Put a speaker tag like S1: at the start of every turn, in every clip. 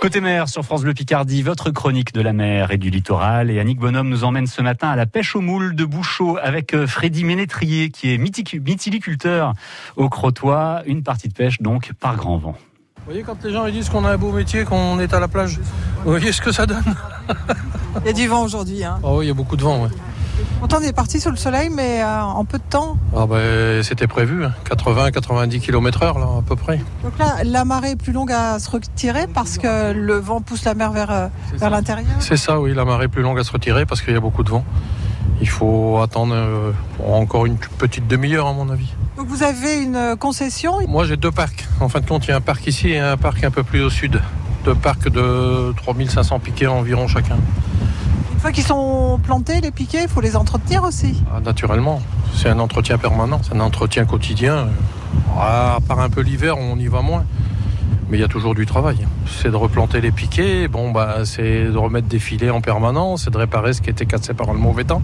S1: Côté mer, sur France Bleu Picardie, votre chronique de la mer et du littoral. Et Annick Bonhomme nous emmène ce matin à la pêche aux moules de Bouchot avec euh, Freddy Ménétrier, qui est mythicu- mytiliculteur au Crotoy. Une partie de pêche, donc, par grand vent.
S2: Vous voyez, quand les gens ils disent qu'on a un beau métier, qu'on est à la plage, vous voyez ce que ça donne
S3: Il y a du vent aujourd'hui. Hein.
S2: Ah oui, il y a beaucoup de vent, ouais.
S3: Pourtant, on est parti sous le soleil, mais euh, en peu de temps.
S2: Ah ben, c'était prévu, hein. 80-90 km heure, là, à peu près.
S3: Donc là, la marée est plus longue à se retirer parce que le vent pousse la mer vers, euh, vers l'intérieur.
S2: C'est ça, oui, la marée est plus longue à se retirer parce qu'il y a beaucoup de vent. Il faut attendre euh, encore une petite demi-heure, à mon avis.
S3: Donc vous avez une euh, concession.
S2: Moi, j'ai deux parcs. En fin de compte, il y a un parc ici et un parc un peu plus au sud. Deux parcs de 3500 piquets environ chacun.
S3: Une fois qu'ils sont plantés, les piquets, il faut les entretenir aussi.
S2: Ah, naturellement, c'est un entretien permanent, c'est un entretien quotidien. Ah, à part un peu l'hiver, on y va moins. Mais il y a toujours du travail. C'est de replanter les piquets, bon, bah, c'est de remettre des filets en permanence, c'est de réparer ce qui était cassé par le mauvais temps.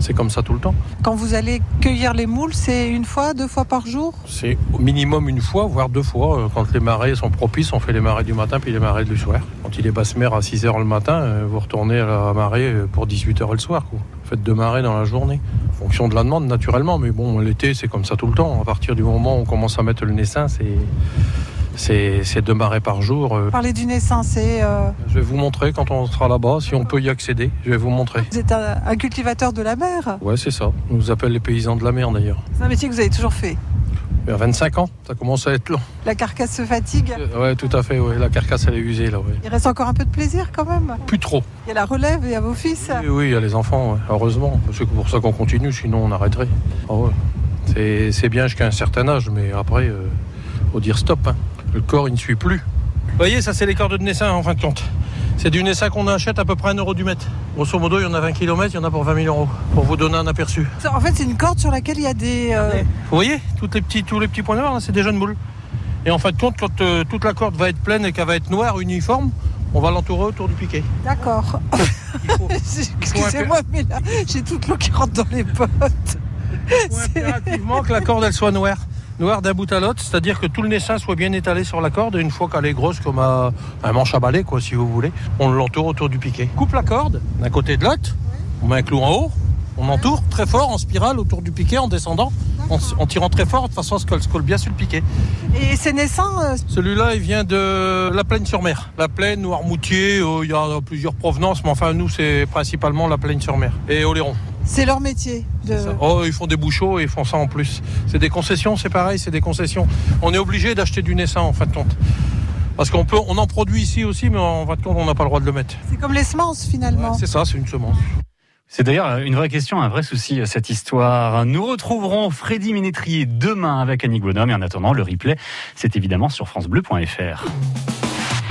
S2: C'est comme ça tout le temps.
S3: Quand vous allez cueillir les moules, c'est une fois, deux fois par jour.
S2: C'est au minimum une fois, voire deux fois. Euh, Quand les marées sont propices, on fait les marées du matin puis les marées du soir. Quand il est basse mer à 6 h le matin, euh, vous retournez à la marée euh, pour 18 h le soir. Quoi. Faites deux marées dans la journée. En fonction de la demande, naturellement. Mais bon, l'été, c'est comme ça tout le temps. À partir du moment où on commence à mettre le naissin, c'est. C'est c'est deux marées par jour. Euh,
S3: Parler du naissin, c'est. euh,
S2: Je vais vous montrer quand on sera là-bas, si on peut y accéder. Je vais vous montrer.
S3: vous êtes un, un cultivateur de la mer.
S2: Ouais, c'est ça. On nous appelle les paysans de la mer d'ailleurs.
S3: C'est un métier que vous avez toujours fait.
S2: À 25 ans, ça commence à être long.
S3: La carcasse se fatigue.
S2: Euh, Ouais, tout à fait. Ouais. La carcasse, elle est usée là. Ouais.
S3: Il reste encore un peu de plaisir quand même.
S2: Plus trop.
S3: Il y a la relève, il y a vos fils.
S2: Oui, oui, il y a les enfants, ouais. heureusement. C'est pour ça qu'on continue, sinon on arrêterait. Ah ouais. C'est- C'est bien jusqu'à un certain âge, mais après, euh, faut dire stop. hein. Le corps, il ne suit plus. Vous voyez, ça, c'est les cordes de Nessin, en fin de compte. C'est du Nessin qu'on achète à peu près 1 euro du mètre. Grosso modo, il y en a 20 km, il y en a pour 20 000 euros, pour vous donner un aperçu.
S3: En fait, c'est une corde sur laquelle il y a des. euh,
S2: Vous voyez, toutes les petits, tous les petits points noirs, là, c'est des jeunes moules. Et en fin de compte, quand euh, toute la corde va être pleine et qu'elle va être noire, uniforme, on va l'entourer autour du piquet.
S3: D'accord.
S2: Il faut-
S3: Excusez-moi, mais là, j'ai toute l'eau qui rentre dans les bottes.
S2: faut impérativement que la corde elle soit noire. Noire d'un bout à l'autre, c'est-à-dire que tout le naissin soit bien étalé sur la corde, et une fois qu'elle est grosse comme un, un manche à balai, quoi, si vous voulez, on l'entoure autour du piquet. Coupe la corde d'un côté et de l'autre, on met un clou en haut, on entoure très fort en spirale autour du piquet en descendant, en, s- en tirant très fort de façon à ce qu'elle se colle bien sur le piquet.
S3: Et ces naissants, euh,
S2: Celui-là, il vient de la plaine sur mer. La plaine ou Armoutier, euh, il y a plusieurs provenances, mais enfin, nous, c'est principalement la plaine sur mer et Oléron.
S3: c'est leur métier. De...
S2: Ça. Oh, ils font des bouchots et ils font ça en plus. C'est des concessions, c'est pareil, c'est des concessions. On est obligé d'acheter du naissin en fin de compte. Parce qu'on peut, on en produit ici aussi, mais en fin de compte, on n'a pas le droit de le mettre.
S3: C'est comme les semences finalement.
S2: C'est ça, c'est une semence.
S1: C'est d'ailleurs euh, une vraie question, un vrai souci, euh, cette histoire. Nous retrouverons Freddy Ménétrier demain avec Annick Bonhomme. Et en attendant, le replay, c'est évidemment sur FranceBleu.fr.